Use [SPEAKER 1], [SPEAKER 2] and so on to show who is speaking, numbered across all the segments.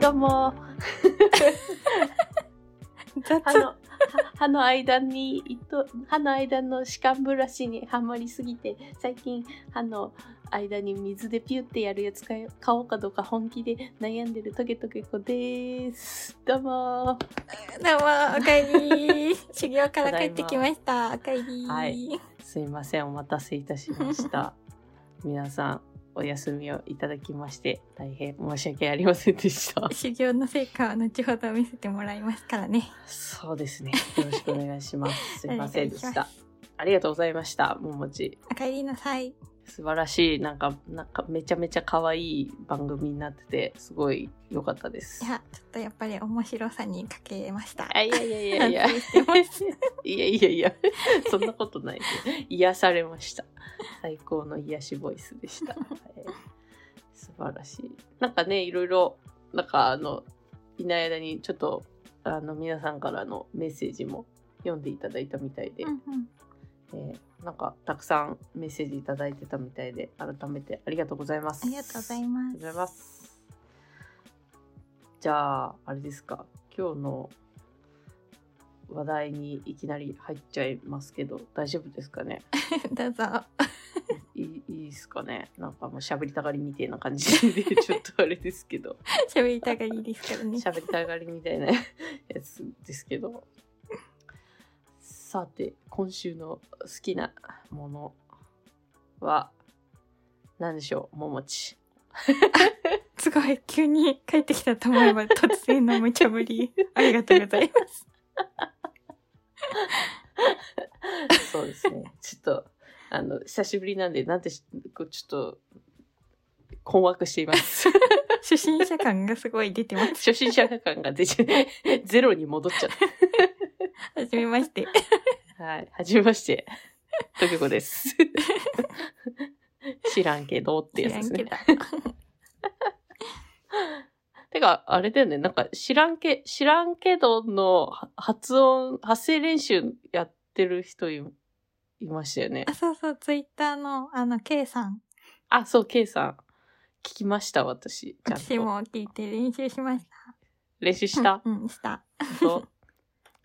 [SPEAKER 1] どうも。
[SPEAKER 2] 雑
[SPEAKER 1] 歯の、は歯の間に、糸、歯の間の歯間ブラシにはまりすぎて、最近歯の間に水でピュってやるやつ買え買おうかどうか本気で悩んでるトゲトゲ子でーす。どうも
[SPEAKER 2] どうも、おかえり。修行から帰ってきました。おかえり。
[SPEAKER 1] はいすいません、お待たせいたしました。 皆さん、お休みをいただきまして、大変申し訳ありませんでした。
[SPEAKER 2] 修行の成果は後ほど見せてもらいますからね。
[SPEAKER 1] そうですね。よろしくお願いします。 すいませんで
[SPEAKER 2] お願
[SPEAKER 1] し
[SPEAKER 2] いしま
[SPEAKER 1] た。ありがとうございました、ももち。
[SPEAKER 2] おかえりなさい。
[SPEAKER 1] 素晴らしいなんかなんかめちゃめちゃ可愛い番組になっててすごい良かったです
[SPEAKER 2] いや、ちょっとやっぱり面白さに欠けました。
[SPEAKER 1] あいやいやいや いや
[SPEAKER 2] 反省してま
[SPEAKER 1] いやいやいやそんなことないです癒されました最高の癒しボイスでした、はい素晴らしいなんかねいろいろなんかあのいない間にちょっとあの皆さんからのメッセージも読んでいただいたみたいで、
[SPEAKER 2] うんうん
[SPEAKER 1] えーなんかたくさんメッセージいただいてたみたいで改めてありがとうございます
[SPEAKER 2] ありがとうござ
[SPEAKER 1] あ
[SPEAKER 2] い
[SPEAKER 1] りがと
[SPEAKER 2] ま
[SPEAKER 1] うござい
[SPEAKER 2] す。
[SPEAKER 1] ます。 じゃあ、あれですか、今日の話題にいきなり入っちゃいますけど、大丈夫ですかね
[SPEAKER 2] どうぞ。
[SPEAKER 1] いいいいですかねなんかもう喋りたがりみたいな感じで、ちょっとあれですけど、
[SPEAKER 2] 喋りたがりですからね。
[SPEAKER 1] 喋りたがりみたいな やつですけど。さて、今週の好きなものは、何でしょう、ももち。
[SPEAKER 2] すごい、急に帰ってきたと思えば突然の無茶ぶり。ありがとうござ います。
[SPEAKER 1] そうですね。ちょっと、あの、久しぶりなんで、なんてし、こうちょっと、困惑してい ます。
[SPEAKER 2] 初心者感がすごい出 てます。
[SPEAKER 1] 初心者感が出ちゃ、ゼロに戻っちゃっ
[SPEAKER 2] はじめまして。
[SPEAKER 1] た。はい。はじめまして。ときこ です。知らんけどってやつ です
[SPEAKER 2] 知
[SPEAKER 1] ね。
[SPEAKER 2] らん
[SPEAKER 1] てか、あれだよね。なんか、知らんけ、知らんけどのは発音、発声練習やってる人いいましたよね
[SPEAKER 2] あ、。そうそう、ツイッターの、あの、K さん。
[SPEAKER 1] あ、そう、ケイさん。聞きました、私。ちゃん
[SPEAKER 2] 私
[SPEAKER 1] と。
[SPEAKER 2] も聞いて練習しました。
[SPEAKER 1] 練習した
[SPEAKER 2] うん、うんした。
[SPEAKER 1] そう。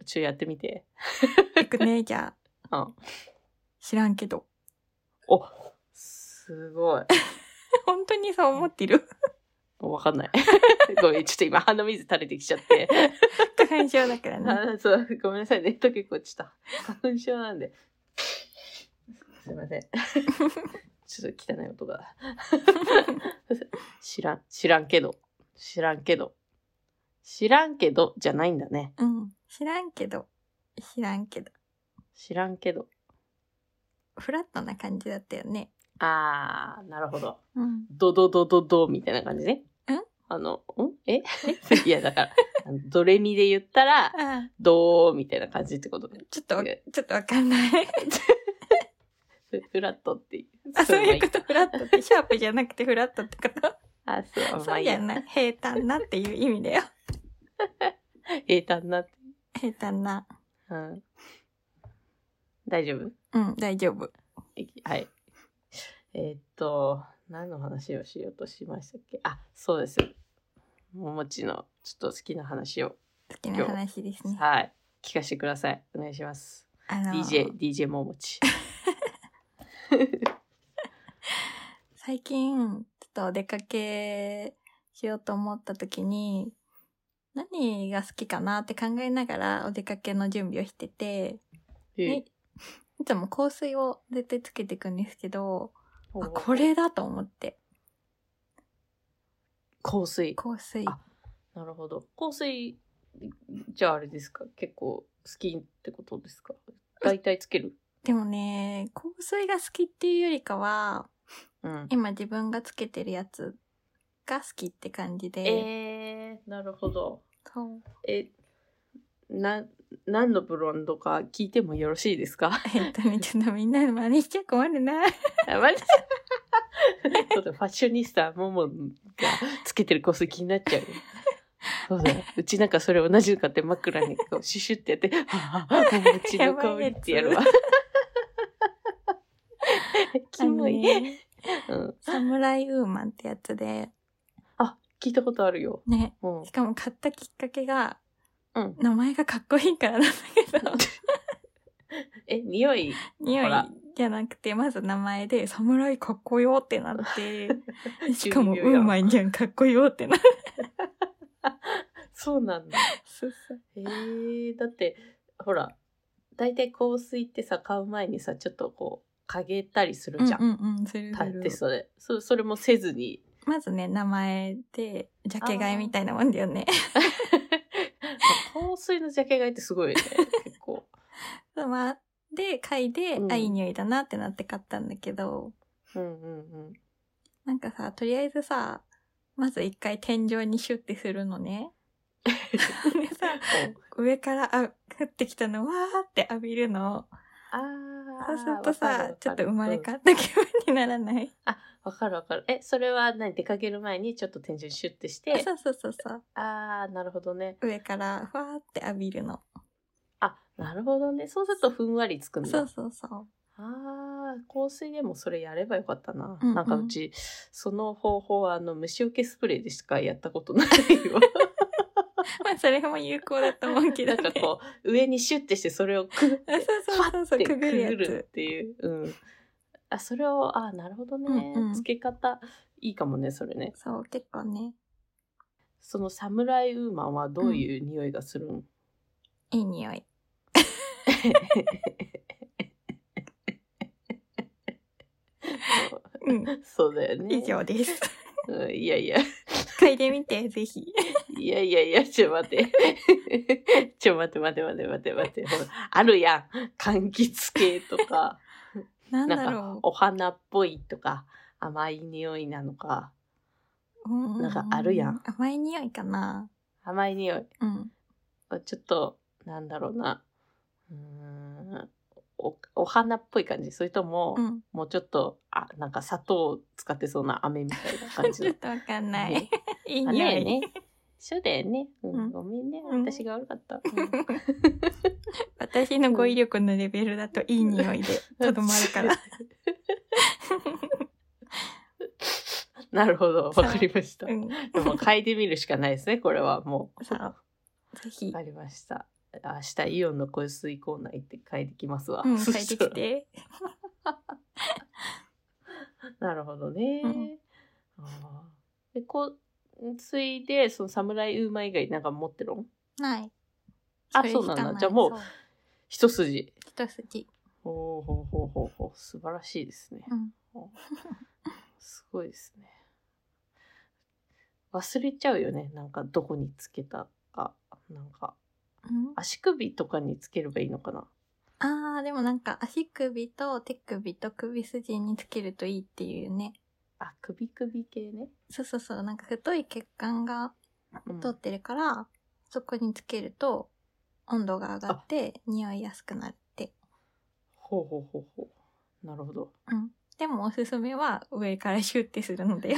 [SPEAKER 1] ちょ、やってみて。
[SPEAKER 2] 行くね、じゃあ。
[SPEAKER 1] うん
[SPEAKER 2] 知らんけど。
[SPEAKER 1] おすごい。
[SPEAKER 2] 本当にそう思ってる。
[SPEAKER 1] もうわかんない。 ごめん、ちょっと今鼻水垂れてきちゃって。
[SPEAKER 2] 花粉症だからね。
[SPEAKER 1] あそうごめんなさい、ネット結構ちょっと花粉症なんで。すいま せん。ちょっと汚い音が。 知らん、知らんけど。知らんけど。知らんけどじゃないんだね。
[SPEAKER 2] うん。知らんけど。知らんけど。
[SPEAKER 1] 知らんけど。
[SPEAKER 2] フラットな感じだったよね。
[SPEAKER 1] あー、なるほど。
[SPEAKER 2] うん。
[SPEAKER 1] ドドドドドみたいな感じね。
[SPEAKER 2] ん
[SPEAKER 1] あの、んえ いや、だから、あのドレミで言ったら、
[SPEAKER 2] あ
[SPEAKER 1] ドーみたいな感じってことね。
[SPEAKER 2] ちょっと、
[SPEAKER 1] いや
[SPEAKER 2] ちょっとわかんない。
[SPEAKER 1] フフラットっていう。
[SPEAKER 2] あ、そういう
[SPEAKER 1] ま
[SPEAKER 2] こと、フラットって、シャープじゃなくてフラットってこと
[SPEAKER 1] あいいや、あ、そう、ま
[SPEAKER 2] そ
[SPEAKER 1] あ
[SPEAKER 2] う
[SPEAKER 1] いい
[SPEAKER 2] じゃ
[SPEAKER 1] や。
[SPEAKER 2] ない。平坦なっていう意味だよ。
[SPEAKER 1] 平坦なって。
[SPEAKER 2] 平坦な。
[SPEAKER 1] うん。大丈夫
[SPEAKER 2] うん、大丈夫。
[SPEAKER 1] いはい。えーっと、何の話をしようとしましたっけあ、そうです。ももちの、ちょっと好きな話を、
[SPEAKER 2] 好きな話ですね。
[SPEAKER 1] はい。聞かせてください。お願いします。
[SPEAKER 2] あの
[SPEAKER 1] DJ、DJ ももち。
[SPEAKER 2] 最近、ちょっとお出かけしようと思った時に、何が好きかなって考えながらお出かけの準備をしてて、ねいつも香水を絶対つけていくんですけど、
[SPEAKER 1] お
[SPEAKER 2] あ、これだと思って。
[SPEAKER 1] 香水。
[SPEAKER 2] 香水。
[SPEAKER 1] あなるほど。香水、じゃああれですか結構好きってことですか大体つける
[SPEAKER 2] でもね、香水が好きっていうよりかは、
[SPEAKER 1] うん。
[SPEAKER 2] 今自分がつけてるやつが好きって感じで、
[SPEAKER 1] えー、なるほど。
[SPEAKER 2] そう
[SPEAKER 1] え、な、何のブロンドか聞いてもよろしいです か
[SPEAKER 2] えっとね、ちょっとみんなの真似しちゃ困るな。
[SPEAKER 1] あマジでそうだ、ファッショニスタ、ももがつけてる香水気になっちゃうよ。そうだよ、うちなんかそれ同じの買って枕にこうシュシュ ってやって、はぁはぁ、ももちの香りってや るわ。キモい。
[SPEAKER 2] あのね
[SPEAKER 1] うん。
[SPEAKER 2] サムライウーマンってやつで、
[SPEAKER 1] あ、聞いたことあるよ。
[SPEAKER 2] ね。
[SPEAKER 1] うん
[SPEAKER 2] し。かも買ったきっかけが、
[SPEAKER 1] うん
[SPEAKER 2] 名前がかっこいいからなんだ けど、
[SPEAKER 1] え、匂い
[SPEAKER 2] 匂い
[SPEAKER 1] ほら
[SPEAKER 2] じゃなくて、まず名前で、侍かっこよって なって、しかも、
[SPEAKER 1] 急に言うや
[SPEAKER 2] うんまいじゃん、かっこよってなって。
[SPEAKER 1] そうなんだ。
[SPEAKER 2] そうそう。
[SPEAKER 1] へえだって、ほら、大体香水ってさ、買う前にさ、ちょっとこう、かげたりするじゃん。
[SPEAKER 2] うんうんうん、する
[SPEAKER 1] だ
[SPEAKER 2] す
[SPEAKER 1] っ
[SPEAKER 2] る
[SPEAKER 1] てそれそ、それもせずに。
[SPEAKER 2] まずね、名前で、ジャケ買いみたいなもんだよね。
[SPEAKER 1] 香水のジャケ買いってすご いよね。結構。
[SPEAKER 2] そうまあ、で、嗅いで、
[SPEAKER 1] うん
[SPEAKER 2] あ、いい匂いだなってなって買ったんだけど、
[SPEAKER 1] うんうんうん。
[SPEAKER 2] なんかさ、とりあえずさ、まず一回天井にシュッてするのね。 でさ、上からあ降ってきたのわーって浴びるの。
[SPEAKER 1] あ
[SPEAKER 2] そ
[SPEAKER 1] あ
[SPEAKER 2] うするとさ、ちょっと生まれ
[SPEAKER 1] か
[SPEAKER 2] 変わった気分にならない。
[SPEAKER 1] わかるわかる。え、それは何出かける前にちょっと天井にシュッてして
[SPEAKER 2] あ、そうそうそうそう。
[SPEAKER 1] ああ、なるほどね。
[SPEAKER 2] 上からふわーって浴びるの。
[SPEAKER 1] あ、なるほどね。そうするとふんわりつくんだ。
[SPEAKER 2] そうそうそう。
[SPEAKER 1] ああ、香水でもそれやればよかったな。
[SPEAKER 2] うんうん
[SPEAKER 1] なんかうち、その方法はあの、虫除けスプレーでしかやったことないわ。
[SPEAKER 2] まあ、それも有効だと思うけ
[SPEAKER 1] な
[SPEAKER 2] ど、
[SPEAKER 1] ん
[SPEAKER 2] ね。
[SPEAKER 1] かこ う、上にシュッてしてそれをくぐっ
[SPEAKER 2] あそう
[SPEAKER 1] て、
[SPEAKER 2] そうそうそう、
[SPEAKER 1] で
[SPEAKER 2] くぐるや
[SPEAKER 1] くぐ
[SPEAKER 2] つ。
[SPEAKER 1] っていう。うん。あ、それを、あーなるほどね。
[SPEAKER 2] うんうん
[SPEAKER 1] つけ方、いいかもね、それね。
[SPEAKER 2] そう、結構ね、
[SPEAKER 1] そのサムライウーマンはどういう匂いがするん、
[SPEAKER 2] いい匂い。うん。
[SPEAKER 1] そうだよね。
[SPEAKER 2] 以上です。
[SPEAKER 1] うんいやいや、
[SPEAKER 2] 嗅いでみて、ぜひ。
[SPEAKER 1] いやいやいや、ちょ、待って。 ちょ、待って待って待って待って待って。ほらあるやん。柑橘系とか、
[SPEAKER 2] なん
[SPEAKER 1] なん
[SPEAKER 2] だ
[SPEAKER 1] か
[SPEAKER 2] ろ
[SPEAKER 1] お花っぽいとか、甘い匂いなのか、
[SPEAKER 2] う。ううう
[SPEAKER 1] なんかあるやん。
[SPEAKER 2] 甘い匂いかな。
[SPEAKER 1] 甘い匂い。
[SPEAKER 2] うん。
[SPEAKER 1] ちょっと、なんだろうな。うーん。おお花っぽい感じそれとも、
[SPEAKER 2] うん。
[SPEAKER 1] もうちょっとあなんか砂糖を使ってそうな飴みたいな感じ
[SPEAKER 2] ちょ
[SPEAKER 1] の
[SPEAKER 2] っとわかんな
[SPEAKER 1] ね
[SPEAKER 2] い。 いい
[SPEAKER 1] あ
[SPEAKER 2] 匂
[SPEAKER 1] れだよ
[SPEAKER 2] い。
[SPEAKER 1] ね。そうだよね。うん
[SPEAKER 2] うん
[SPEAKER 1] ごめんね。
[SPEAKER 2] うん
[SPEAKER 1] 私が悪かっ た。うん
[SPEAKER 2] 私の語彙力のレベルだといい匂いでとどまる か ら。
[SPEAKER 1] なるほど。わかりました。
[SPEAKER 2] う
[SPEAKER 1] で
[SPEAKER 2] ん。
[SPEAKER 1] も嗅いでみるしかないですね。これはもう。
[SPEAKER 2] そう。ぜひ
[SPEAKER 1] わか。りました。明日イオンの香水コーナー行って嗅いできますわ。
[SPEAKER 2] うん、
[SPEAKER 1] そ
[SPEAKER 2] 嗅い
[SPEAKER 1] し
[SPEAKER 2] で
[SPEAKER 1] たら
[SPEAKER 2] きて。
[SPEAKER 1] なるほどね。
[SPEAKER 2] うん
[SPEAKER 1] あーで、こう、ついで、その侍ウーマン以外なんか持ってるの
[SPEAKER 2] ない。
[SPEAKER 1] あ
[SPEAKER 2] れ
[SPEAKER 1] そうなんだ
[SPEAKER 2] しかい
[SPEAKER 1] じゃあもう。一筋。
[SPEAKER 2] そ一筋。
[SPEAKER 1] ほうほうほうほうほう。素晴らしいですね。
[SPEAKER 2] うん。
[SPEAKER 1] すごいですね。忘れちゃうよね。なんかどこにつけたか。なんか
[SPEAKER 2] うん
[SPEAKER 1] 足首とかにつければいいのかな。
[SPEAKER 2] あー、でもなんか足首と手首と首筋につけるといいっていうね。
[SPEAKER 1] あ、首首系ね。
[SPEAKER 2] そうそうそう。なんか太い血管が
[SPEAKER 1] うん
[SPEAKER 2] 通ってるから、そこにつけると温度が上がって匂いやすくなるって。
[SPEAKER 1] ほうほうほうほう。なるほど。
[SPEAKER 2] うん。でもおすすめは上からシュッてするの だよ。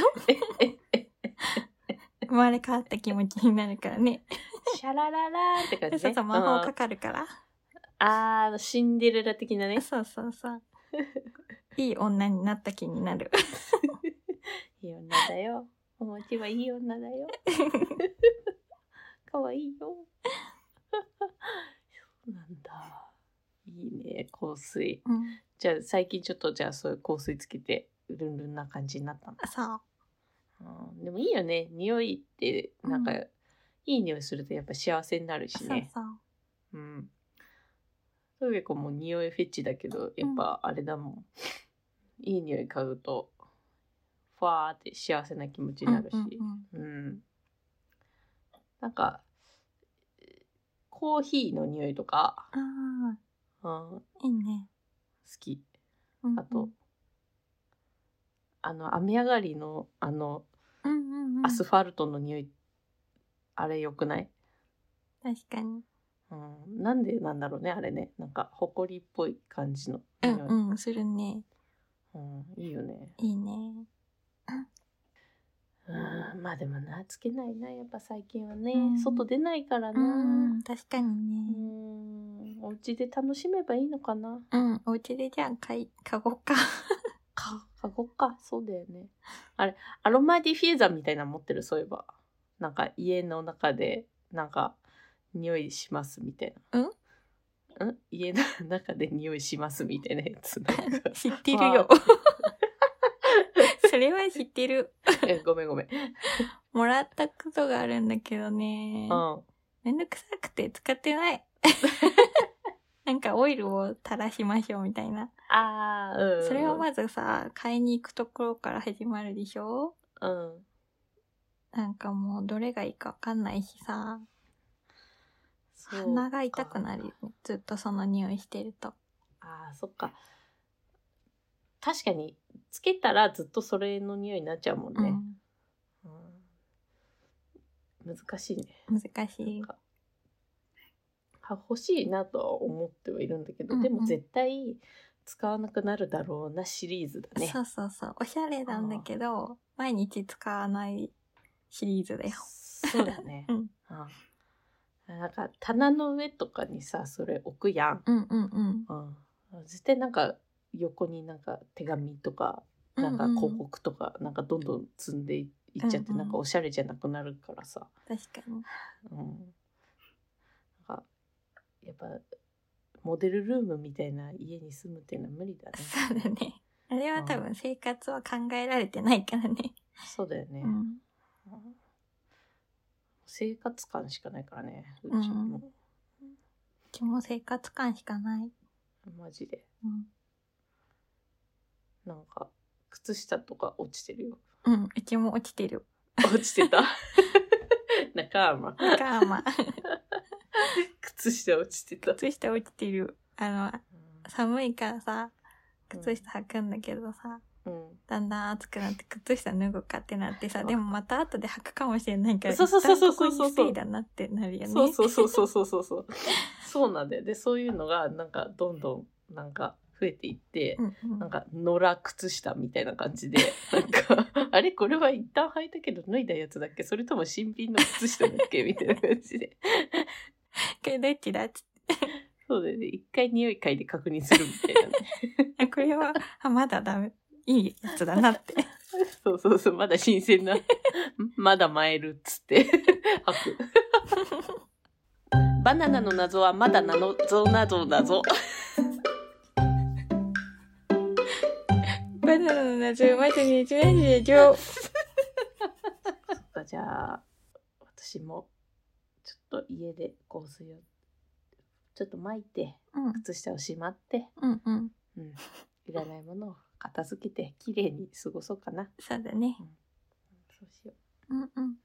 [SPEAKER 2] 生まれ変わった気持ちになるからね。
[SPEAKER 1] シャラララーって感じ、
[SPEAKER 2] そ
[SPEAKER 1] ね。
[SPEAKER 2] うそう、魔法かかるから。
[SPEAKER 1] うんあーあの、シンデレラ的な ね。
[SPEAKER 2] そうそうそう。いい女になった気になる。
[SPEAKER 1] いい女だよ。お餅はいい女だ よ。かわいい よ。そうなんだ。いいね、香水。
[SPEAKER 2] うん。
[SPEAKER 1] じゃあ最近ちょっとじゃあそういう香水つけてルンルンな感じになったの。
[SPEAKER 2] そう。
[SPEAKER 1] うん、でもいいよね。匂いってなんか、
[SPEAKER 2] うん
[SPEAKER 1] いい匂いするとやっぱ幸せになるし
[SPEAKER 2] そう
[SPEAKER 1] ね。
[SPEAKER 2] そう。
[SPEAKER 1] うん。トイレコも匂いフェチだけど、やっぱあれだもん。いい匂い嗅ぐと、ファーって幸せな気持ちになるし。
[SPEAKER 2] うんうんうん
[SPEAKER 1] うん。なんか、コーヒーの匂いとか、
[SPEAKER 2] あ
[SPEAKER 1] うん、好
[SPEAKER 2] あ、いいね。
[SPEAKER 1] き。
[SPEAKER 2] うんうん
[SPEAKER 1] あと、あの、雨上がりの、あの、
[SPEAKER 2] うんうんうん。
[SPEAKER 1] アスファルトの匂い、あれ良くない、
[SPEAKER 2] 確かに。
[SPEAKER 1] うん、なんでなんだろうね、あれね。なんか、埃っぽい感じの
[SPEAKER 2] う
[SPEAKER 1] 匂い。
[SPEAKER 2] んうん、するね。
[SPEAKER 1] うん、いいよね。
[SPEAKER 2] いいね。
[SPEAKER 1] うん、まあでもな、つけないな、やっぱ最近はね。
[SPEAKER 2] うん
[SPEAKER 1] 外出ないから
[SPEAKER 2] う
[SPEAKER 1] な。
[SPEAKER 2] んうん、確かに
[SPEAKER 1] う
[SPEAKER 2] ね。
[SPEAKER 1] ん、お家で楽しめばいいのかな。
[SPEAKER 2] うん、お家でじゃあ、かい、かごっか。
[SPEAKER 1] か、かごか。そうだよね。あれ、アロマディフューザーみたいなの持ってる、そういえば。なんか家の中でなんか匂いしますみたいな。
[SPEAKER 2] ん
[SPEAKER 1] ん家の中で匂いしますみたいなやつ。なん か
[SPEAKER 2] 知ってる
[SPEAKER 1] わ。
[SPEAKER 2] よそれは知ってる。
[SPEAKER 1] えごめんごめん。
[SPEAKER 2] もらったことがあるんだけどね。
[SPEAKER 1] うん。
[SPEAKER 2] めんどくさくて使っ てない。なんかオイルを垂らしましょうみたいな。
[SPEAKER 1] ああ、うん。
[SPEAKER 2] それはまずさ、買いに行くところから始まるでしょ
[SPEAKER 1] うん。
[SPEAKER 2] なんかもうどれがいいかわかんないしさ、
[SPEAKER 1] そう
[SPEAKER 2] 鼻が痛くなるよね。ずっとその匂いしてると。
[SPEAKER 1] ああ、そっか。確かに、つけたらずっとそれの匂いになっちゃうもんね。うん難しいね。
[SPEAKER 2] うん、難しい。
[SPEAKER 1] は欲しいなとは思ってはいるんだけど、
[SPEAKER 2] うんうん
[SPEAKER 1] でも絶対使わなくなるだろうなシリーズだね。
[SPEAKER 2] そうそうそう。おしゃれなんだけど、毎日使わないシリーズだよ。
[SPEAKER 1] そうだね
[SPEAKER 2] 。うん
[SPEAKER 1] うんなんか棚の上とかにさそれ置くやん、
[SPEAKER 2] うんうんうん。
[SPEAKER 1] うん、絶対なんか横になんか手紙とかなんか
[SPEAKER 2] うんうん
[SPEAKER 1] 広告とかなんかどんどん積んでいいっちゃって
[SPEAKER 2] うんうん
[SPEAKER 1] なんかおしゃれじゃなくなるからさ、
[SPEAKER 2] 確かに。
[SPEAKER 1] うん、なんかやっぱモデルルームみたいな家に住むっていうのは無理だね。
[SPEAKER 2] そうだね。あれは多分生活は考えられてないからね。
[SPEAKER 1] そうだよね。
[SPEAKER 2] うん。
[SPEAKER 1] 生活感しかないからね、う
[SPEAKER 2] うん
[SPEAKER 1] ちも、
[SPEAKER 2] うちも生活感しかない。
[SPEAKER 1] マジで。
[SPEAKER 2] うん。
[SPEAKER 1] なんか、靴下とか落ちてるよ。
[SPEAKER 2] うん、うちも落ちてる。
[SPEAKER 1] 落ちて た。仲間、
[SPEAKER 2] だからまあ、
[SPEAKER 1] 靴下落ちてた。
[SPEAKER 2] 靴下落ちてる。あの、寒いからさ、靴下履くんだけどさ、
[SPEAKER 1] うん。
[SPEAKER 2] だんだん暑くなって靴下脱ぐかってなってさ、でもまた後で履くかもしれないから、
[SPEAKER 1] そうそうそうそうそう
[SPEAKER 2] 一旦ここに防いだなってなるよね。
[SPEAKER 1] そうそうそうそうそうそうそう。そうなんだよ。で、そういうのが、なんか、どんどん、なんか、増えていって、
[SPEAKER 2] うんうん。
[SPEAKER 1] なんか、野良靴下みたいな感じで、なんか、あれこれは一旦履いたけど脱いだやつだっけそれとも新品の靴下だっけみたいな感じで。
[SPEAKER 2] 一回どっちだ っつっ
[SPEAKER 1] そうだよね。一回匂い嗅いで確認するみたいなね。
[SPEAKER 2] て、これは、あ、まだダメ。いいやつだなって。
[SPEAKER 1] そうそうそう。まだ新鮮な。んまだ参るっつって。 吐く。バナナの謎はまだ謎謎謎。
[SPEAKER 2] バナナの謎をまずに一年で上。
[SPEAKER 1] じゃあ、私も、ちょっと家で香水を、ちょっと巻いて、
[SPEAKER 2] うん、
[SPEAKER 1] 靴下をしまって、
[SPEAKER 2] うん、うん。
[SPEAKER 1] うん。いらないものを片付けて、綺麗に過ごそうかな。
[SPEAKER 2] そうだね。
[SPEAKER 1] そうしよう。
[SPEAKER 2] うん、うん。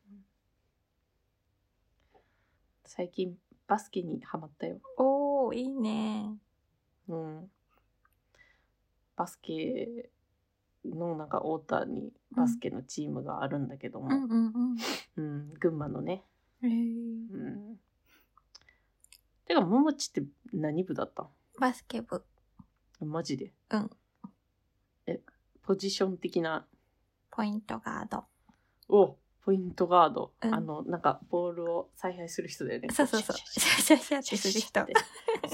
[SPEAKER 1] 最近、バスケにハマったよ。
[SPEAKER 2] おー、いいね。
[SPEAKER 1] うん。バスケのなんか太田にバスケのチームがあるんだけども、
[SPEAKER 2] うん、うん、うん。
[SPEAKER 1] うん群馬のね。
[SPEAKER 2] え
[SPEAKER 1] うん、てかももちって何部だった
[SPEAKER 2] バスケ部。
[SPEAKER 1] んマジで。
[SPEAKER 2] うん。
[SPEAKER 1] えポジション的な
[SPEAKER 2] ポイントガード。
[SPEAKER 1] おポイントガード、
[SPEAKER 2] うん
[SPEAKER 1] あのなんかボールを采配する人だよね。
[SPEAKER 2] そうそうそう。
[SPEAKER 1] シ
[SPEAKER 2] シャシャシャっ
[SPEAKER 1] ャ
[SPEAKER 2] て
[SPEAKER 1] シ
[SPEAKER 2] す
[SPEAKER 1] ャ
[SPEAKER 2] る
[SPEAKER 1] シャシャ
[SPEAKER 2] 人
[SPEAKER 1] って。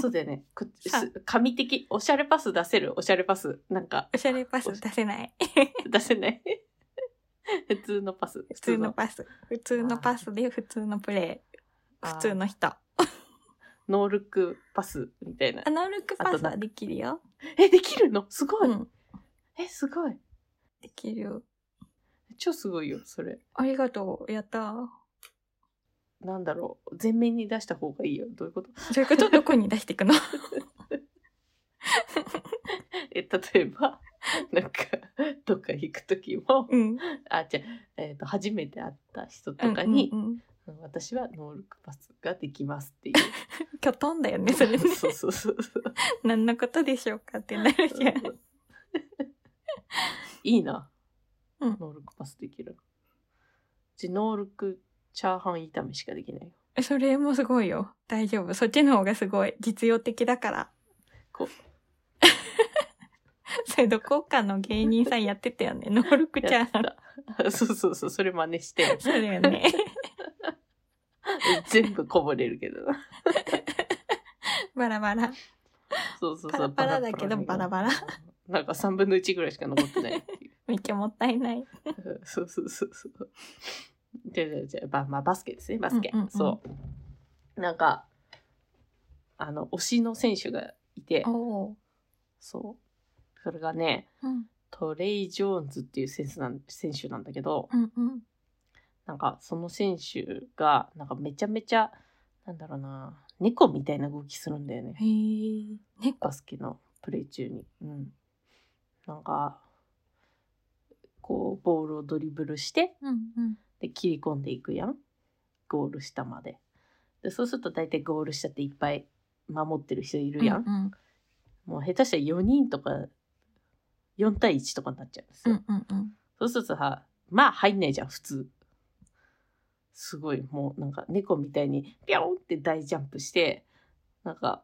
[SPEAKER 1] そうだよね。こす
[SPEAKER 2] そう
[SPEAKER 1] 神的おしゃれパス出せるおしゃれパスなん か
[SPEAKER 2] おしゃれパス出せない。
[SPEAKER 1] 出せない。 普通のパス。普
[SPEAKER 2] 普通のパス。普通のパスで普通のプレイ。普通。
[SPEAKER 1] あー
[SPEAKER 2] の人。あ、
[SPEAKER 1] ノールックパスみたいな。
[SPEAKER 2] ノールックパスはできるよ。
[SPEAKER 1] え、できるのすごい、
[SPEAKER 2] うん。
[SPEAKER 1] え、すごい。
[SPEAKER 2] できる。
[SPEAKER 1] 超すごいよ、それ。
[SPEAKER 2] ありがとう。やった。ど
[SPEAKER 1] なんだろう。前面に出した方がいいよ。どういうこと
[SPEAKER 2] ういうことどこに出していくの
[SPEAKER 1] え、 例えば、なんか、どっか行くときも、
[SPEAKER 2] うん。
[SPEAKER 1] あ、じゃあえっ、と、初めて会った人とかに、
[SPEAKER 2] うんうんうん
[SPEAKER 1] 私はノールックパスができますっていう。
[SPEAKER 2] きょとんだよ ね、それね。
[SPEAKER 1] そうそうそうそう。
[SPEAKER 2] 何のことでしょうかってなるじゃん。
[SPEAKER 1] いいな。
[SPEAKER 2] うん
[SPEAKER 1] ノールックパスできる。うちノールックチャーハン炒めしかできないよ。
[SPEAKER 2] それもすごいよ。大丈夫。そっちの方がすごい。実用的だから。
[SPEAKER 1] こ
[SPEAKER 2] それどこかの芸人さんやってたよね。ノールック
[SPEAKER 1] う。
[SPEAKER 2] ちゃん。
[SPEAKER 1] やってた そうそうそう、それ真似して。
[SPEAKER 2] そうだよね。
[SPEAKER 1] 全部こぼれるけど。
[SPEAKER 2] バラバラ。
[SPEAKER 1] そうそうそう。
[SPEAKER 2] パラパラだけどバラバラ。
[SPEAKER 1] なんか3分の1ぐらいしか残ってないっていう。
[SPEAKER 2] めっちゃもったいない。
[SPEAKER 1] そうそうそうそう。違う違う違うばまあ、バスケですね、バスケ。
[SPEAKER 2] うんうんうん
[SPEAKER 1] そう。なんか、あの、推しの選手がいて、
[SPEAKER 2] おお。
[SPEAKER 1] そう。それがね、
[SPEAKER 2] うん。
[SPEAKER 1] トレイ・ジョーンズっていう選手なん選手なんだけど、
[SPEAKER 2] うんうん。
[SPEAKER 1] なんかその選手が、なんかめちゃめちゃ、なんだろうな、猫みたいな動きするんだよね。
[SPEAKER 2] へえ。猫。
[SPEAKER 1] バスケのプレー中に。うん。なんか、こう、ボールをドリブルして、
[SPEAKER 2] うんうん。
[SPEAKER 1] で、切り込んでいくやん。ゴール下まで。で、そうすると大体ゴール下っていっぱい守ってる人いるやん。
[SPEAKER 2] うん
[SPEAKER 1] もう下手したら4人とか、4対1とかになっちゃうんです
[SPEAKER 2] う
[SPEAKER 1] よ。
[SPEAKER 2] んうんうん。
[SPEAKER 1] そうするとさ、まあ入んないじゃん、普通。すごい、もうなんか猫みたいに、ぴょんって大ジャンプして、なんか、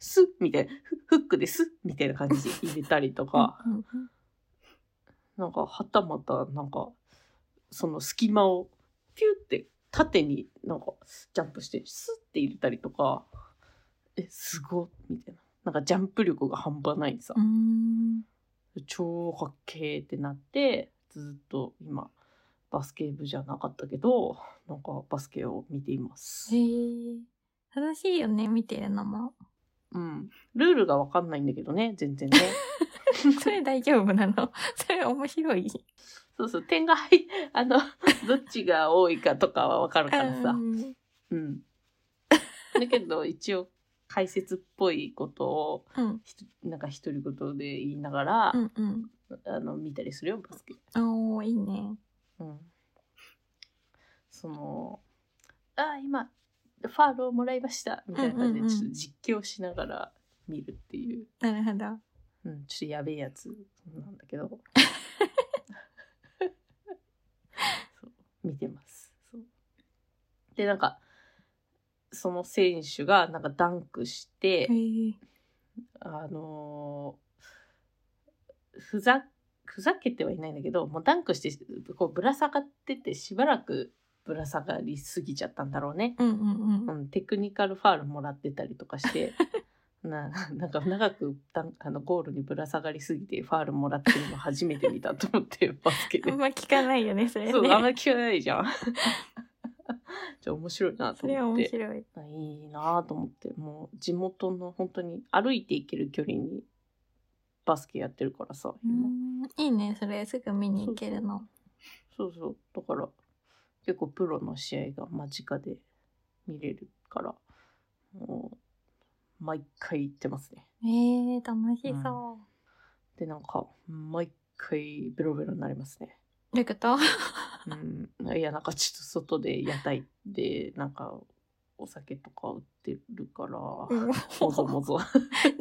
[SPEAKER 1] す、すみたいな、フフックです、みたいな感じで入れたりとか、
[SPEAKER 2] うんうん
[SPEAKER 1] なんかはたまた、なんか、その隙間を、ピュって縦になんかジャンプして、スって入れたりとか、え、すご、みたいな。なんかジャンプ力が半端ないさ
[SPEAKER 2] う。ん。
[SPEAKER 1] 超かっけーってなってずっと今バスケ部じゃなかったけどなんかバスケを見ています
[SPEAKER 2] へ、え。正しいよね、見てるの も。
[SPEAKER 1] うん、ルールがわかんないんだけどね全 然ね
[SPEAKER 2] それ大丈夫なの それ面白い。
[SPEAKER 1] そうそう点が入っあのどっちが多いかとかはわかるからさ
[SPEAKER 2] う、ん
[SPEAKER 1] うん、 だけど一応解説っぽいことを
[SPEAKER 2] うん
[SPEAKER 1] ひとなんか独り言で言いながら、
[SPEAKER 2] うん
[SPEAKER 1] あの見たりするよバスケ。
[SPEAKER 2] うん。おー、いいね。
[SPEAKER 1] うんそのあー今ファールをもらいましたみたいな感じ
[SPEAKER 2] う
[SPEAKER 1] で
[SPEAKER 2] んうんうん
[SPEAKER 1] ちょっと実況しながら見るっていう、
[SPEAKER 2] なるほど。
[SPEAKER 1] うんちょっとやべえやつなんだけどそう見てますそうでなんかその選手がなんかダンクして、
[SPEAKER 2] へえ。
[SPEAKER 1] あのーふざ、ふざけてはいないんだけど、もうダンクして、こうぶら下がってて、しばらくぶら下がりすぎちゃったんだろうね。
[SPEAKER 2] うんうんう。
[SPEAKER 1] うんん、テクニカルファールもらってたりとか して、ななんか長くダンあのゴールにぶら下がりすぎてファールもらってるの初めて見たと思って、バスケ
[SPEAKER 2] あ
[SPEAKER 1] で
[SPEAKER 2] ん。ま聞かないよね、それね。
[SPEAKER 1] そう、あんまり聞かないじゃん。 じゃあ面白いなと
[SPEAKER 2] それは
[SPEAKER 1] 思っ
[SPEAKER 2] 面
[SPEAKER 1] て。
[SPEAKER 2] 白い。
[SPEAKER 1] いいなぁと思ってもう地元の本当に歩いて行ける距離にバスケやってるからさ
[SPEAKER 2] う
[SPEAKER 1] 今、
[SPEAKER 2] んいいね、それすぐ見に行けるの。
[SPEAKER 1] そうそうだから結構プロの試合が間近で見れるからもう毎回行ってますね
[SPEAKER 2] えー、楽しそ
[SPEAKER 1] でなんか毎回ベロベロになりますね
[SPEAKER 2] う。どういうこと
[SPEAKER 1] うんいやなんかちょっと外で屋台でなんかお酒とか売ってるから
[SPEAKER 2] うん
[SPEAKER 1] もぞも ぞ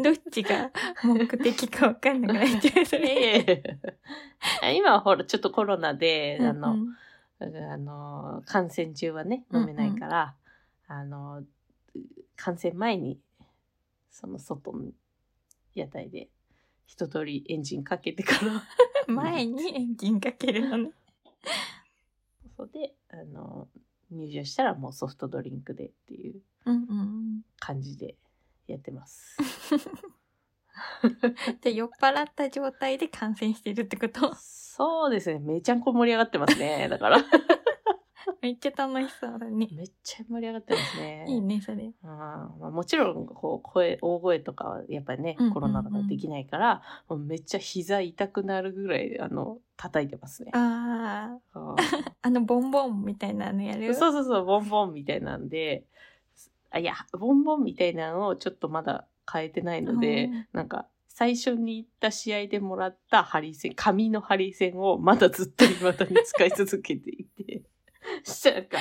[SPEAKER 2] どっちが目的かわかんなくなっちゃう、それ。
[SPEAKER 1] いえいえ今はほらちょっとコロナで、あ
[SPEAKER 2] うん
[SPEAKER 1] の
[SPEAKER 2] うん
[SPEAKER 1] あの感染中はね
[SPEAKER 2] うんう
[SPEAKER 1] 飲
[SPEAKER 2] ん
[SPEAKER 1] めないから、あの感染前にその外の屋台で一通りエンジンかけてから
[SPEAKER 2] 前にエンジンかけるのね。
[SPEAKER 1] そうであの入場したらもうソフトドリンクでっていう
[SPEAKER 2] うんうん
[SPEAKER 1] 感じでやって ます。
[SPEAKER 2] うん。で、酔っ払った状態で感染してるってこと。
[SPEAKER 1] そうですねめちゃんこ盛り上がってますねだから
[SPEAKER 2] めっちゃ楽しそうだね。
[SPEAKER 1] めっちゃ盛り上がってますね。
[SPEAKER 2] いいね、それ。
[SPEAKER 1] あーまあ、もちろんこう声大声とかはやっぱりね、
[SPEAKER 2] うんうんうん
[SPEAKER 1] コロナだからできないからもうめっちゃ膝痛くなるぐらいあの叩いてますね。
[SPEAKER 2] あ
[SPEAKER 1] あ
[SPEAKER 2] ー、あの、ボンボンみたいなのや
[SPEAKER 1] ー
[SPEAKER 2] る
[SPEAKER 1] そうそうそうボンボンみたいなんであいやボンボンみたいなのをちょっとまだ変えてないので
[SPEAKER 2] うん
[SPEAKER 1] なんか最初に行った試合でもらったハリセン紙のハリセンをまだずっと未だに使い続けていてそしたらなんか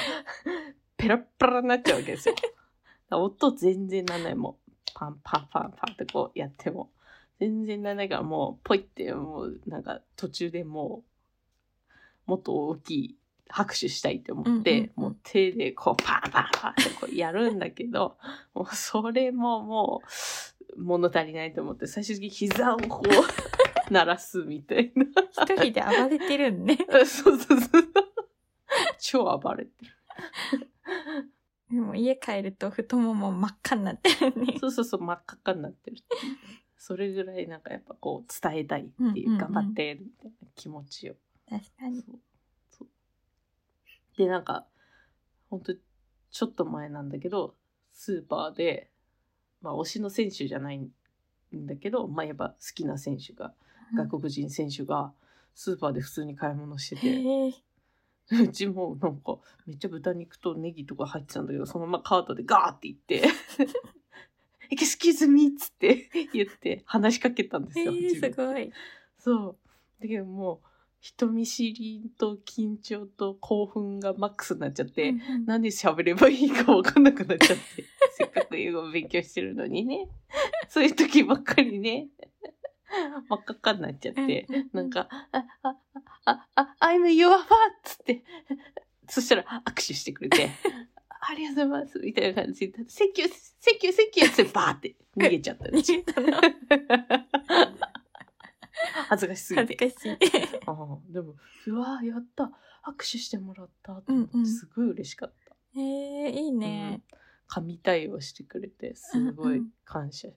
[SPEAKER 1] ペラッペラになっちゃうわけですよ。 音全然なんないもうパンパンパンパンってこうやっても全然なんないからもうポイってもうなんか途中でもうもっと大きい拍手したいって思って、
[SPEAKER 2] うんうんうん
[SPEAKER 1] もう手でこうパンパンパンってこうやるんだけど もうそれももう物足りないと思って最終的に膝をこう 鳴らすみたいな。
[SPEAKER 2] 一人で 暴れてるんね。
[SPEAKER 1] そうそうそう。超暴れてる。
[SPEAKER 2] でも家帰ると太もも真っ赤になってるね。
[SPEAKER 1] そうそうそう、真っ赤っかになってるっていう。それぐらいなんかやっぱこう伝えたいっていう、
[SPEAKER 2] うんうんうん
[SPEAKER 1] 頑張ってみたいな気持ちを。
[SPEAKER 2] 確かに。
[SPEAKER 1] そうそうで、なんか、ほんと、ちょっと前なんだけど、スーパーで、まあ、推しの選手じゃないんだけど、まあ、やっぱ好きな選手が、外国人選手が、スーパーで普通に買い物してて、
[SPEAKER 2] へえ
[SPEAKER 1] うちもなんかめっちゃ豚肉とネギとか入ってたんだけどそのままカートでガーって行って 「エクスキューズミー」っつって 言って話しかけたんですよ。
[SPEAKER 2] へえ
[SPEAKER 1] 初め
[SPEAKER 2] す
[SPEAKER 1] て
[SPEAKER 2] ごい。
[SPEAKER 1] そうだけどもう人見知りと緊張と興奮がマックスになっちゃって、
[SPEAKER 2] うんうん
[SPEAKER 1] 何で喋ればいいか分かんなくなっちゃって せっかく英語を勉強してるのにねそういう時ばっかりね真っ赤っかになっちゃって。
[SPEAKER 2] ううう
[SPEAKER 1] なんか、あ、あ、あ、あ、あ I'm your f a っつって、 そしたら握手してくれて、 ありがとうございますみたいな感じで、セキュー、セキュー、セキュー ってバーって逃げちゃったの。
[SPEAKER 2] 逃げたの
[SPEAKER 1] 恥ずかしすぎ
[SPEAKER 2] 恥ず
[SPEAKER 1] て。
[SPEAKER 2] かしい。
[SPEAKER 1] うんでも、うわーやった。握手してもらったと思って
[SPEAKER 2] うんうん
[SPEAKER 1] すごい嬉しかった。
[SPEAKER 2] へえいいね。
[SPEAKER 1] 神対応してくれて、すご
[SPEAKER 2] う
[SPEAKER 1] い
[SPEAKER 2] んうん
[SPEAKER 1] 感謝。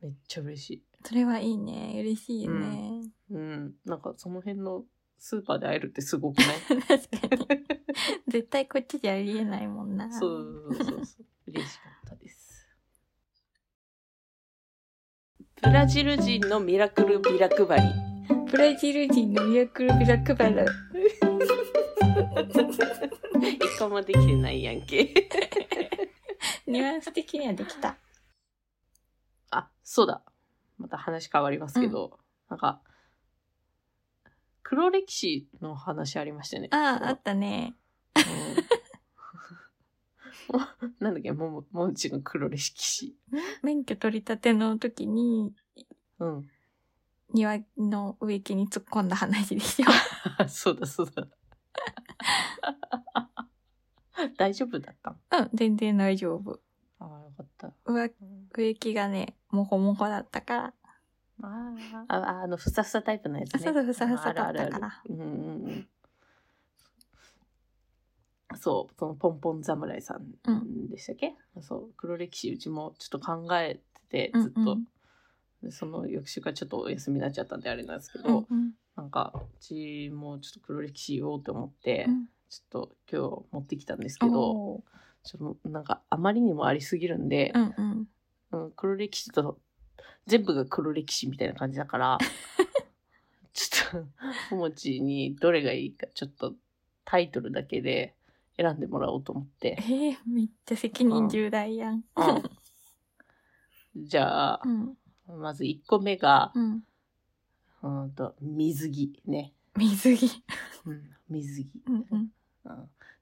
[SPEAKER 1] めっちゃ嬉しい。
[SPEAKER 2] それはいいね。嬉しいよね。
[SPEAKER 1] うん。なんかその辺のスーパーで会えるってすごくない
[SPEAKER 2] 確かに。絶対こっちじゃありえないもんな。
[SPEAKER 1] そうそうそうそう。嬉しかったです。ブラジル人のミラクルビラ配り。
[SPEAKER 2] ブラジル人のミラクルビラ配る。
[SPEAKER 1] 一個もできてないやんけ。
[SPEAKER 2] ニュアンス的にはできた。
[SPEAKER 1] あ、そうだ。また話変わりますけど、なんか、黒歴史の話ありましたね。
[SPEAKER 2] ああ、あったね。
[SPEAKER 1] うんなんだっけ、もも、もんちの黒歴史。
[SPEAKER 2] 免許取り立ての時に、
[SPEAKER 1] うん。
[SPEAKER 2] 庭の植木に突っ込んだ話 でしょ。
[SPEAKER 1] そうだそう だ。大丈夫だったん
[SPEAKER 2] うん、全然大丈夫。
[SPEAKER 1] ああ、よかった。
[SPEAKER 2] 植植木がね、もこもこだったから。
[SPEAKER 1] あああのふさふさタイプのやつね。
[SPEAKER 2] あそうそうふさふさだ
[SPEAKER 1] あ
[SPEAKER 2] ったから
[SPEAKER 1] るあるあるうんうんうん。そうそのポンポン侍さ
[SPEAKER 2] うん
[SPEAKER 1] でしたっけ、そう黒歴史うちもちょっと考えてて
[SPEAKER 2] うんうん
[SPEAKER 1] ずっと、でその翌週からちょっとお休みになっちゃったんであれなんですけど、
[SPEAKER 2] うん
[SPEAKER 1] なんかうちもちょっと黒歴史言おうと思って、
[SPEAKER 2] うん
[SPEAKER 1] ちょっと今日持ってきたんですけど
[SPEAKER 2] おー
[SPEAKER 1] ちょっとなんかあまりにもありすぎるんで
[SPEAKER 2] う、んうん。
[SPEAKER 1] うん、黒歴史と、全部が黒歴史みたいな感じだ から、ちょっと、ももちにどれがいいか、ちょっとタイトルだけで選んでもらおうと思って。
[SPEAKER 2] えー、めっちゃ責任重大やん。
[SPEAKER 1] じゃあ
[SPEAKER 2] う、ん。
[SPEAKER 1] まず1個目が、
[SPEAKER 2] うん。
[SPEAKER 1] うんと、水着ね。
[SPEAKER 2] 水着。
[SPEAKER 1] うん、水着。
[SPEAKER 2] うんうん。
[SPEAKER 1] うん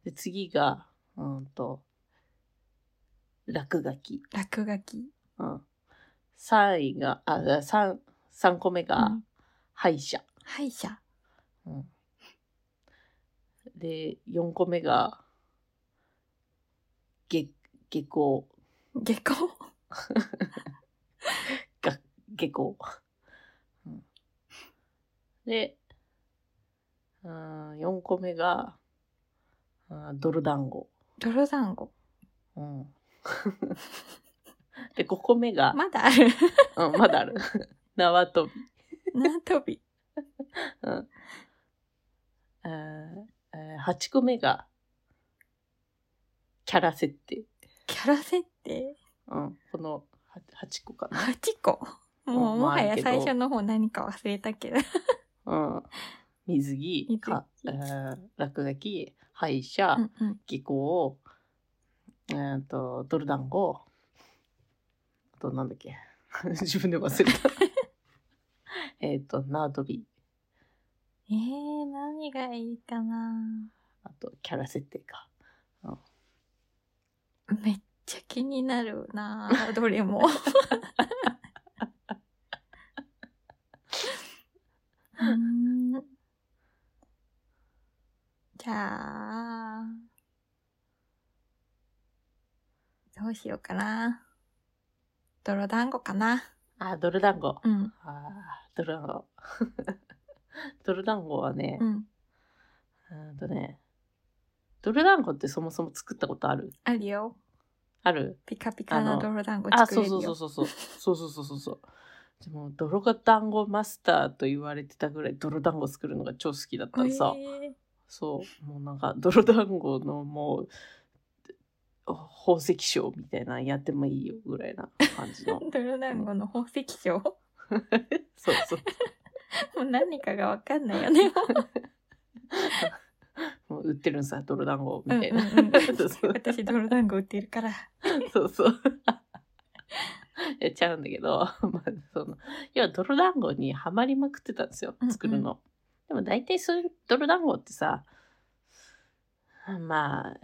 [SPEAKER 1] で次が、うんと、落書き。
[SPEAKER 2] 落書き。
[SPEAKER 1] うん、3位が、あ、3、三個目
[SPEAKER 2] う
[SPEAKER 1] が
[SPEAKER 2] ん、
[SPEAKER 1] 歯医者。
[SPEAKER 2] 歯医者。
[SPEAKER 1] うんで、4個目が、下、下校、
[SPEAKER 2] 下校。
[SPEAKER 1] が、下校。うんで、うん、4個目が、うん泥団子。
[SPEAKER 2] 泥団子。
[SPEAKER 1] うん、で、5個目が、
[SPEAKER 2] まだ ある。
[SPEAKER 1] うん、まだある。縄跳び。
[SPEAKER 2] 縄跳び。
[SPEAKER 1] うんあーえー、8個目が、キャラ設定。
[SPEAKER 2] キャラ設定。
[SPEAKER 1] うん、このは8個かな。
[SPEAKER 2] 8個。もう、
[SPEAKER 1] うん
[SPEAKER 2] も
[SPEAKER 1] まあ
[SPEAKER 2] は
[SPEAKER 1] ある
[SPEAKER 2] や
[SPEAKER 1] けど
[SPEAKER 2] 最初の方何か忘れたけど。
[SPEAKER 1] うん、水着
[SPEAKER 2] 水着
[SPEAKER 1] か、えー落書き歯医者
[SPEAKER 2] うんうん。
[SPEAKER 1] 技巧えーとドル団子あとなんだっけ 自分で忘 れたえっと縄跳び
[SPEAKER 2] えー、何がいいかな
[SPEAKER 1] あとキャラ設定か
[SPEAKER 2] めっちゃ気になる などれも。うーんじゃあ、どうしようかな。泥団子かな。
[SPEAKER 1] あドル団子あ
[SPEAKER 2] うん、
[SPEAKER 1] ードル団子 ドル団子はね、
[SPEAKER 2] うん。
[SPEAKER 1] うんとねドル団子ってそもそも作ったことある
[SPEAKER 2] あるよ。
[SPEAKER 1] ある
[SPEAKER 2] ピカピカ
[SPEAKER 1] あ
[SPEAKER 2] な
[SPEAKER 1] の
[SPEAKER 2] 泥団子
[SPEAKER 1] あ、
[SPEAKER 2] 作
[SPEAKER 1] そ
[SPEAKER 2] れ
[SPEAKER 1] う
[SPEAKER 2] る
[SPEAKER 1] そうそう
[SPEAKER 2] よ。
[SPEAKER 1] そうそう。そうそうそうそうそう。でも、泥が団子マスターと言われてたぐらい泥団子作るのが超好きだった
[SPEAKER 2] え
[SPEAKER 1] らさ、
[SPEAKER 2] ー。
[SPEAKER 1] そう、もうなんか、泥団子のもう、宝石商みたいなのやってもいいよぐらいな感じの
[SPEAKER 2] 泥団子の宝石商も
[SPEAKER 1] そうそう。
[SPEAKER 2] う何かがわかんないよね。
[SPEAKER 1] もう売ってるんさ、泥団子
[SPEAKER 2] うん
[SPEAKER 1] み
[SPEAKER 2] うん
[SPEAKER 1] たいうな。
[SPEAKER 2] ん
[SPEAKER 1] そう そう
[SPEAKER 2] 私泥団子売ってるから。
[SPEAKER 1] そうそう。やっちゃうんだけど、 まあ、その、要は泥団子にはまりまくってたんですよ
[SPEAKER 2] うんう、ん
[SPEAKER 1] 作るの。でも大体そういう泥団子ってさ、まあ、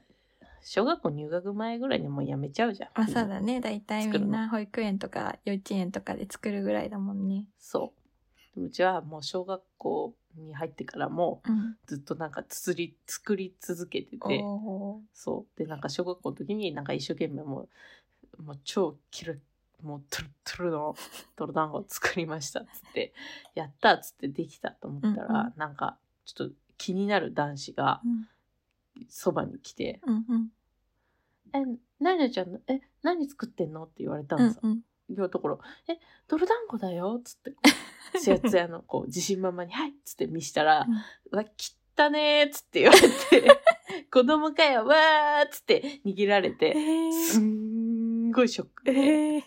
[SPEAKER 1] 小学校入学前ぐらいにもうやめちゃうじゃん。
[SPEAKER 2] まあそうだね。だいたいみんな保育園とか幼稚園とかで作るぐらいだもんね。
[SPEAKER 1] そう。でもうちはもう小学校に入ってからも
[SPEAKER 2] うん。
[SPEAKER 1] ずっとなんかつづり、作り続けてて、
[SPEAKER 2] おー
[SPEAKER 1] そう。で、なんか小学校の時になんか一生懸命もう、もう超キラもうトゥルトゥルの泥団子を作りましたっつって、やったっつってできたと思ったら、
[SPEAKER 2] うんう
[SPEAKER 1] なんかちょっと気になる男子が
[SPEAKER 2] うん
[SPEAKER 1] そばに来て、
[SPEAKER 2] うんうん
[SPEAKER 1] え、何々ちゃんの、え、何作ってんのって言われたん
[SPEAKER 2] う
[SPEAKER 1] です
[SPEAKER 2] んうん
[SPEAKER 1] いうところ、え、泥団子だよっつ って、つやつやのこう、自信満々に、はいっつって見したら、うわ、切ったねーっつって言われ て、子供かよ、わーっつって握られ
[SPEAKER 2] え
[SPEAKER 1] て、す
[SPEAKER 2] ー
[SPEAKER 1] んごいショック
[SPEAKER 2] え
[SPEAKER 1] で、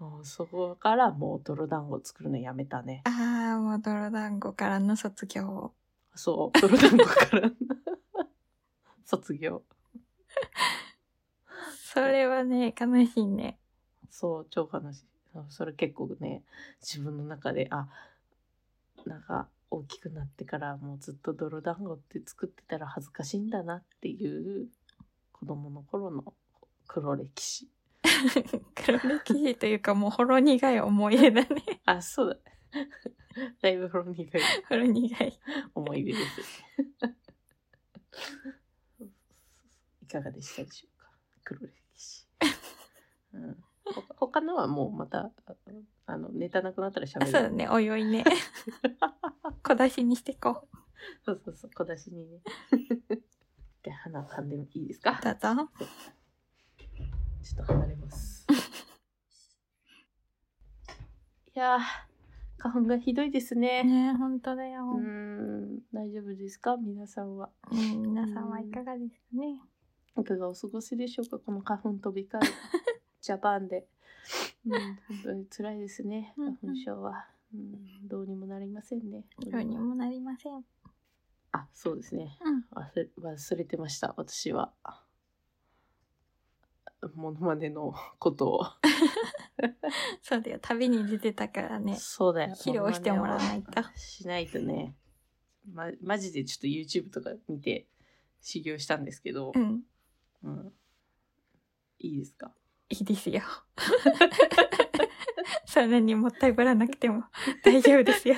[SPEAKER 2] ー
[SPEAKER 1] もうそこからもう泥団子作るのやめたね。
[SPEAKER 2] ああ、もう泥団子からの卒業。
[SPEAKER 1] そう、泥団子からの 卒業。
[SPEAKER 2] それはね、悲しいね。
[SPEAKER 1] そう、超悲しい。それ結構ね、自分の中で、あ、なんか大きくなってからもうずっと泥団子って作ってたら恥ずかしいんだなっていう子供の頃の黒歴史。
[SPEAKER 2] 黒歴史というかもうほろ苦い思い出だね。
[SPEAKER 1] あ、そうだ。 だいぶほろ苦い
[SPEAKER 2] ほろ苦い。
[SPEAKER 1] 思い出です。 いかがでしたでしょうか黒歴 史。うん、ほ他のはもうまたああのネタなくなったら
[SPEAKER 2] あ
[SPEAKER 1] 喋
[SPEAKER 2] そう
[SPEAKER 1] る
[SPEAKER 2] だね、おいおいね。小出しにしてこう。
[SPEAKER 1] そうそうそう小出しに ねで鼻噛んでもいいですか
[SPEAKER 2] どうぞ。
[SPEAKER 1] ちょっと離れます。 いやー、花粉がひどいですね。
[SPEAKER 2] ね本当だよ。
[SPEAKER 1] うーん、大丈夫ですか皆さんは。
[SPEAKER 2] ね皆さんはいかがですかね。
[SPEAKER 1] いかがお過ごしでしょうかこの花粉飛び交 うジャパンで。うん、本当に辛いですね、
[SPEAKER 2] うんう
[SPEAKER 1] 花
[SPEAKER 2] ん
[SPEAKER 1] 粉症は。うん、どうにもなりませんね。
[SPEAKER 2] どうにもなりません。うん。
[SPEAKER 1] あ、そうですね。忘れ忘れてました、私は。モノマネのことを。
[SPEAKER 2] そうだよ。旅に出てたからね。
[SPEAKER 1] そうだよ。
[SPEAKER 2] 披露してもらわないと。
[SPEAKER 1] しないとね、ま、マジでちょっと YouTube とか見て修行したんですけど
[SPEAKER 2] う、ん。
[SPEAKER 1] うんいいですか
[SPEAKER 2] いいですよ。 そんなにもったいぶらなくても 大丈夫ですよ。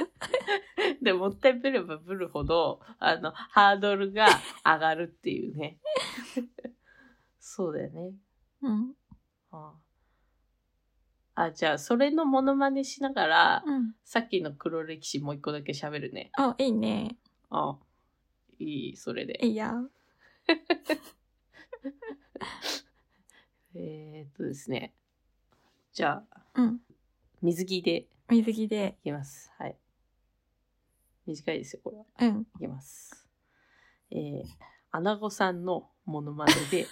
[SPEAKER 1] でもったいぶればぶるほどあのハードルが上がるっていうね そうだよね
[SPEAKER 2] うん。
[SPEAKER 1] あああじゃあそれのモノマネしながら、
[SPEAKER 2] うん。
[SPEAKER 1] さっきの黒歴史もう一個だけ喋るね
[SPEAKER 2] あ、いいね。
[SPEAKER 1] あいいそれで
[SPEAKER 2] いいや。
[SPEAKER 1] えー、っとですねじゃあ
[SPEAKER 2] うん。
[SPEAKER 1] 水着で
[SPEAKER 2] 水着で。
[SPEAKER 1] いきます。はい。短いですよ、これは。
[SPEAKER 2] うん。
[SPEAKER 1] いきます。えー、アナゴさんのモノマネで、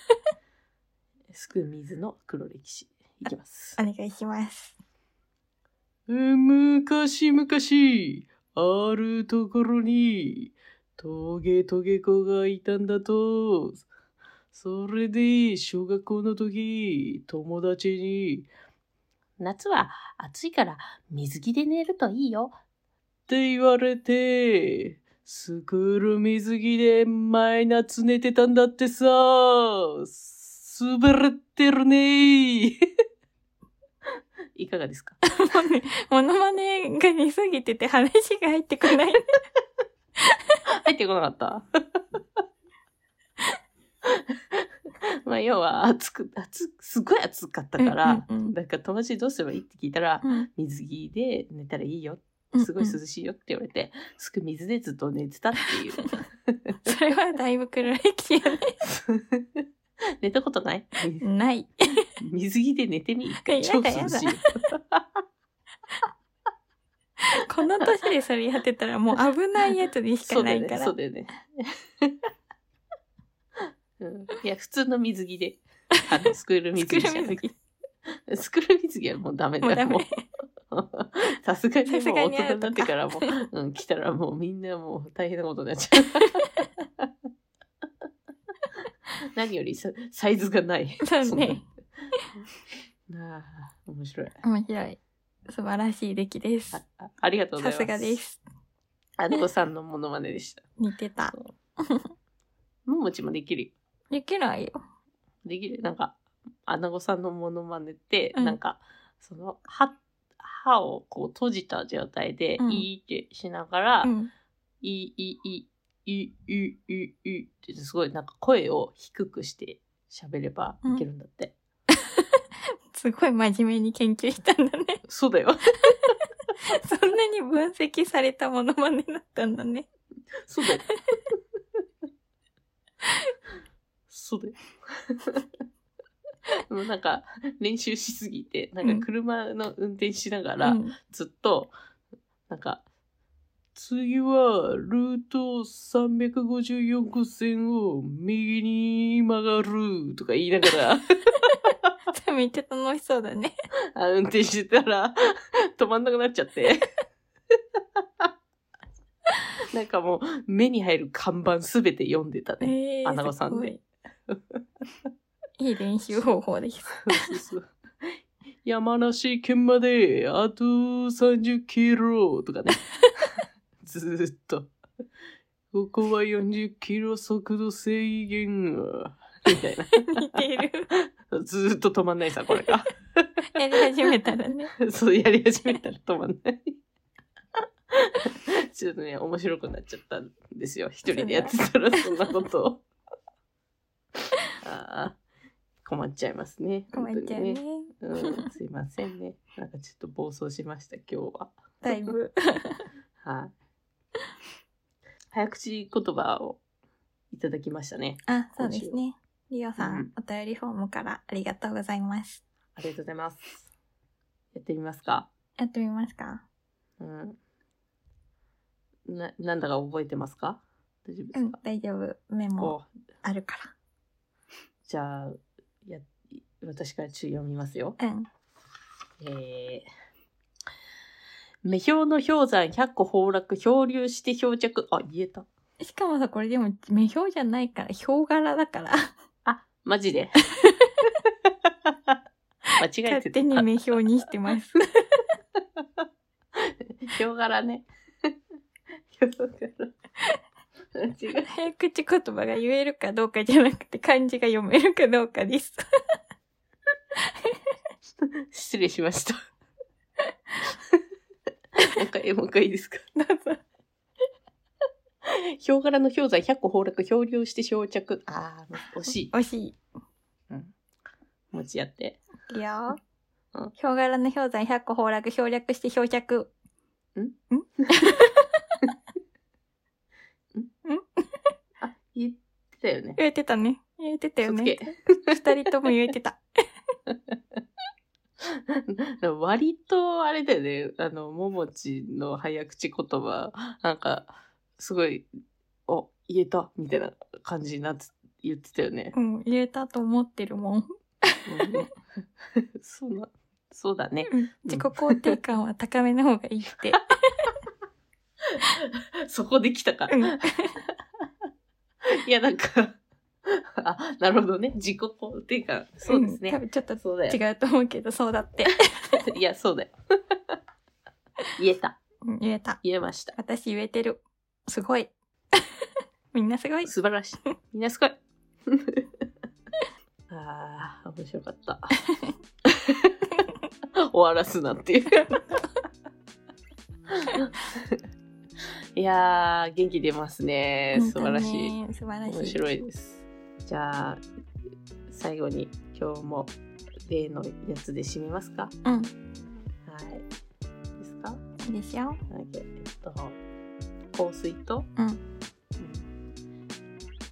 [SPEAKER 1] すく水の黒歴史。いきます
[SPEAKER 2] お。願いします。
[SPEAKER 1] 昔昔あるところにトゲトゲ子がいたんだとそれで小学校の時友達に夏は暑いから水着で寝るといいよって言われてスクール水着で毎夏寝てたんだってさ滑ってるね いかがですか
[SPEAKER 2] もうね、モノマネが似すぎてて話が入ってこない。
[SPEAKER 1] 入ってこなかった まあ要は暑く暑くすごい暑かったから、
[SPEAKER 2] うんうんうん
[SPEAKER 1] なんか友達にどうすればいいって聞いたら、
[SPEAKER 2] うん。
[SPEAKER 1] 水着で寝たらいいよ
[SPEAKER 2] うん
[SPEAKER 1] すごい涼しいよって言われて、すぐ水でずっと寝てたっていう
[SPEAKER 2] それはだいぶ黒歴史やね。
[SPEAKER 1] 寝たことない
[SPEAKER 2] ない。
[SPEAKER 1] 水着で寝てみ一回
[SPEAKER 2] や
[SPEAKER 1] 超
[SPEAKER 2] だや
[SPEAKER 1] 涼
[SPEAKER 2] だ
[SPEAKER 1] しい
[SPEAKER 2] ここの年でそれやってたらもう危ないやつにし
[SPEAKER 1] そ
[SPEAKER 2] か
[SPEAKER 1] うだ
[SPEAKER 2] な
[SPEAKER 1] よ
[SPEAKER 2] いか
[SPEAKER 1] ね。
[SPEAKER 2] ら。
[SPEAKER 1] そうだよね。 うん、いや、普通の水着で。あのスクール水着じゃなくて。スクール水着はもうダメ
[SPEAKER 2] もう
[SPEAKER 1] だ
[SPEAKER 2] ダ
[SPEAKER 1] よ。
[SPEAKER 2] メ
[SPEAKER 1] もうさすがにもう
[SPEAKER 2] さすが
[SPEAKER 1] 大
[SPEAKER 2] にアウ
[SPEAKER 1] 人になっ
[SPEAKER 2] トか
[SPEAKER 1] てからも、うん、来たらもうみんなもう大変なことになっち ゃう。何よりさサイズがない。
[SPEAKER 2] そうね。
[SPEAKER 1] そんな。ああ、面白い。
[SPEAKER 2] 面白い。素晴らしい出来です。
[SPEAKER 1] ああありがとうござ
[SPEAKER 2] さ
[SPEAKER 1] います。
[SPEAKER 2] すがで。す。
[SPEAKER 1] あの子さんのモノマネでした。
[SPEAKER 2] 似てた。
[SPEAKER 1] ももちもできるよ。
[SPEAKER 2] できないよ。
[SPEAKER 1] できるなんかアナゴさんのモノマネって、
[SPEAKER 2] うん
[SPEAKER 1] なんかその歯歯をこう閉じた状態で、
[SPEAKER 2] うん
[SPEAKER 1] いいってしながら、
[SPEAKER 2] うん。
[SPEAKER 1] いいいいいいいいいいいってすごいなんか声を低くして喋ればいけるんだって、
[SPEAKER 2] すごい真面目に研究したんだね。
[SPEAKER 1] そうだよ
[SPEAKER 2] そんなに分析されたものまねだったんだね。
[SPEAKER 1] そうだよそうだよでもなんか練習しすぎてなんか車の運転しなが
[SPEAKER 2] う
[SPEAKER 1] ら、
[SPEAKER 2] ん。
[SPEAKER 1] ずっと、なんか、次はルート354号線を右に曲がるとか言いながら、
[SPEAKER 2] めっちゃ楽しそうだね。
[SPEAKER 1] あ運転してたら止まんなくなっちゃって。 なんかもう目に入る看板すべて読んでたね。
[SPEAKER 2] えー
[SPEAKER 1] アナゴさんで。
[SPEAKER 2] すごいいい練習方法です。
[SPEAKER 1] そうそう山梨県まであと30キロとか ね。ずーっと。ここは40キロ速度制限みたい
[SPEAKER 2] 似て る。
[SPEAKER 1] な。ずーっと止まんないさ、これが。
[SPEAKER 2] やり始めたらね。
[SPEAKER 1] そうやり始めたら止まんない。 ちょっとね、面白くなっちゃったんですよ。一人でやってたらそんなことを。ああ、困っちゃいますね。
[SPEAKER 2] 困っちゃう
[SPEAKER 1] 本当に
[SPEAKER 2] ね。
[SPEAKER 1] うん、すいませんね。なんかちょっと暴走しました、今日は。
[SPEAKER 2] だいぶ。
[SPEAKER 1] はい。早口言葉をいただきましたね。
[SPEAKER 2] あ、そうですね。リオさ
[SPEAKER 1] うんん、
[SPEAKER 2] お便りフォームからありがとうございます。
[SPEAKER 1] ありがとうございます。やってみますか
[SPEAKER 2] やってみますか
[SPEAKER 1] うん。な、なんだか覚えてますか大丈夫で
[SPEAKER 2] うん
[SPEAKER 1] すか、、
[SPEAKER 2] 大丈夫。メモ
[SPEAKER 1] お
[SPEAKER 2] あるか
[SPEAKER 1] じゃあ、や、私からちょっと読みますよ。
[SPEAKER 2] ら。うん。
[SPEAKER 1] えー目標の氷山100個崩落、漂流して漂着。あ、言えた。
[SPEAKER 2] しかもさ、これでも、目標じゃないから、表柄 だから、
[SPEAKER 1] あ、マジで。 間違えて
[SPEAKER 2] 勝
[SPEAKER 1] た。
[SPEAKER 2] 手に目標にして ます。
[SPEAKER 1] ヒョウ柄ね。 ヒョウ柄。違う。
[SPEAKER 2] 早口言葉が言えるかどうかじゃなくて、漢字が読めるかどう かです。
[SPEAKER 1] 失礼しました。 もう一回、もう一回いいですか
[SPEAKER 2] どうぞ。
[SPEAKER 1] ヒョウ柄の氷山100個崩落、漂流して漂着。ああ、惜しい。
[SPEAKER 2] 惜しい。
[SPEAKER 1] 持ちやって。
[SPEAKER 2] いくよ。
[SPEAKER 1] うん
[SPEAKER 2] 氷柄の氷山100個崩落、氷略して漂着。
[SPEAKER 1] あ、言ってたよね。
[SPEAKER 2] 言えてたね。言えてたよね。
[SPEAKER 1] 嘘
[SPEAKER 2] 二人とも言えてた。
[SPEAKER 1] つけ割と、あれだよね。あの、ももちの早口言葉、なんか、すごい、お、言えた、みたいな感じになって、言ってたよ ね。
[SPEAKER 2] うん、言えたと思ってるも
[SPEAKER 1] う
[SPEAKER 2] ん。
[SPEAKER 1] ん そうな、そうだね。
[SPEAKER 2] うん自己肯定感は高めの方がいいって。
[SPEAKER 1] そこできたか
[SPEAKER 2] う
[SPEAKER 1] ら。
[SPEAKER 2] ん
[SPEAKER 1] いや、なんか、 あ、なるほどね。自己肯定感。 そうです
[SPEAKER 2] ん多
[SPEAKER 1] ね。
[SPEAKER 2] 分ちょっと
[SPEAKER 1] そうだよ。
[SPEAKER 2] 違うと思うけど、そうだって。
[SPEAKER 1] いや、そうだよ。言えた。
[SPEAKER 2] うん言えた。
[SPEAKER 1] 言えました。
[SPEAKER 2] 私言えてる。すごい。 みんなすごい。
[SPEAKER 1] 素晴らしい。みんなすごい。 ああ、面白かった。 終わらすなっていう。いやー、元気出ますね。素晴らしい。
[SPEAKER 2] い。素晴らしい。
[SPEAKER 1] 面白いです。じゃあ、最後に今日も例のやつで締めますか
[SPEAKER 2] うん。
[SPEAKER 1] はい。ですか
[SPEAKER 2] いいですよ。
[SPEAKER 1] なんだっけえっと、香水と、
[SPEAKER 2] うん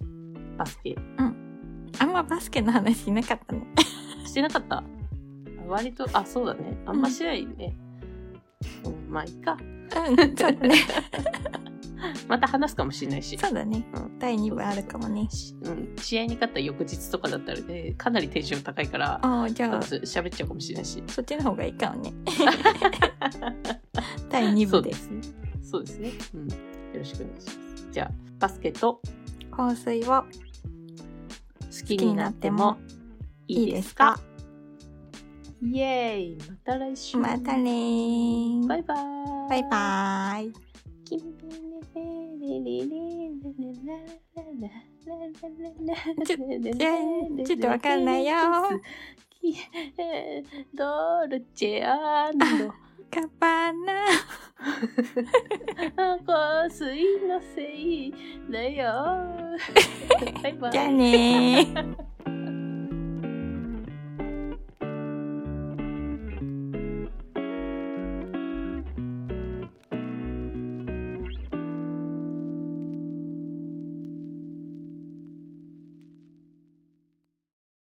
[SPEAKER 1] うんバスケ。
[SPEAKER 2] あんまバスケの話しな かったね。
[SPEAKER 1] してなかった割と、あ、そうだね。あんましないね。うん、まあいいか。
[SPEAKER 2] うん、そうだね。
[SPEAKER 1] また話すかもしれないし。
[SPEAKER 2] そうだね
[SPEAKER 1] う。ん
[SPEAKER 2] 第2部あるかもね。
[SPEAKER 1] うん、試合に勝った翌日とかだったらね、かなりテンション高いから、
[SPEAKER 2] ああ、じゃあ、
[SPEAKER 1] 喋っちゃうかもしれないし。
[SPEAKER 2] そっちの方がいいか もね。第2
[SPEAKER 1] そ
[SPEAKER 2] 部
[SPEAKER 1] う
[SPEAKER 2] で。
[SPEAKER 1] ですすね。そうですね。うん。よろしくお願いします。じゃあ、バスケと
[SPEAKER 2] 香水を
[SPEAKER 1] 好きになってもいいですかイエーイまた来週
[SPEAKER 2] またねー。
[SPEAKER 1] バイバイ
[SPEAKER 2] バイバーイ。
[SPEAKER 1] 君にフェリリリラララララララ
[SPEAKER 2] ちょ
[SPEAKER 1] ラ
[SPEAKER 2] ちょちょっとわかんないよ
[SPEAKER 1] キえードルチェアンド
[SPEAKER 2] カバナ。
[SPEAKER 1] 香水のせいだよバイバイ
[SPEAKER 2] じゃあねー。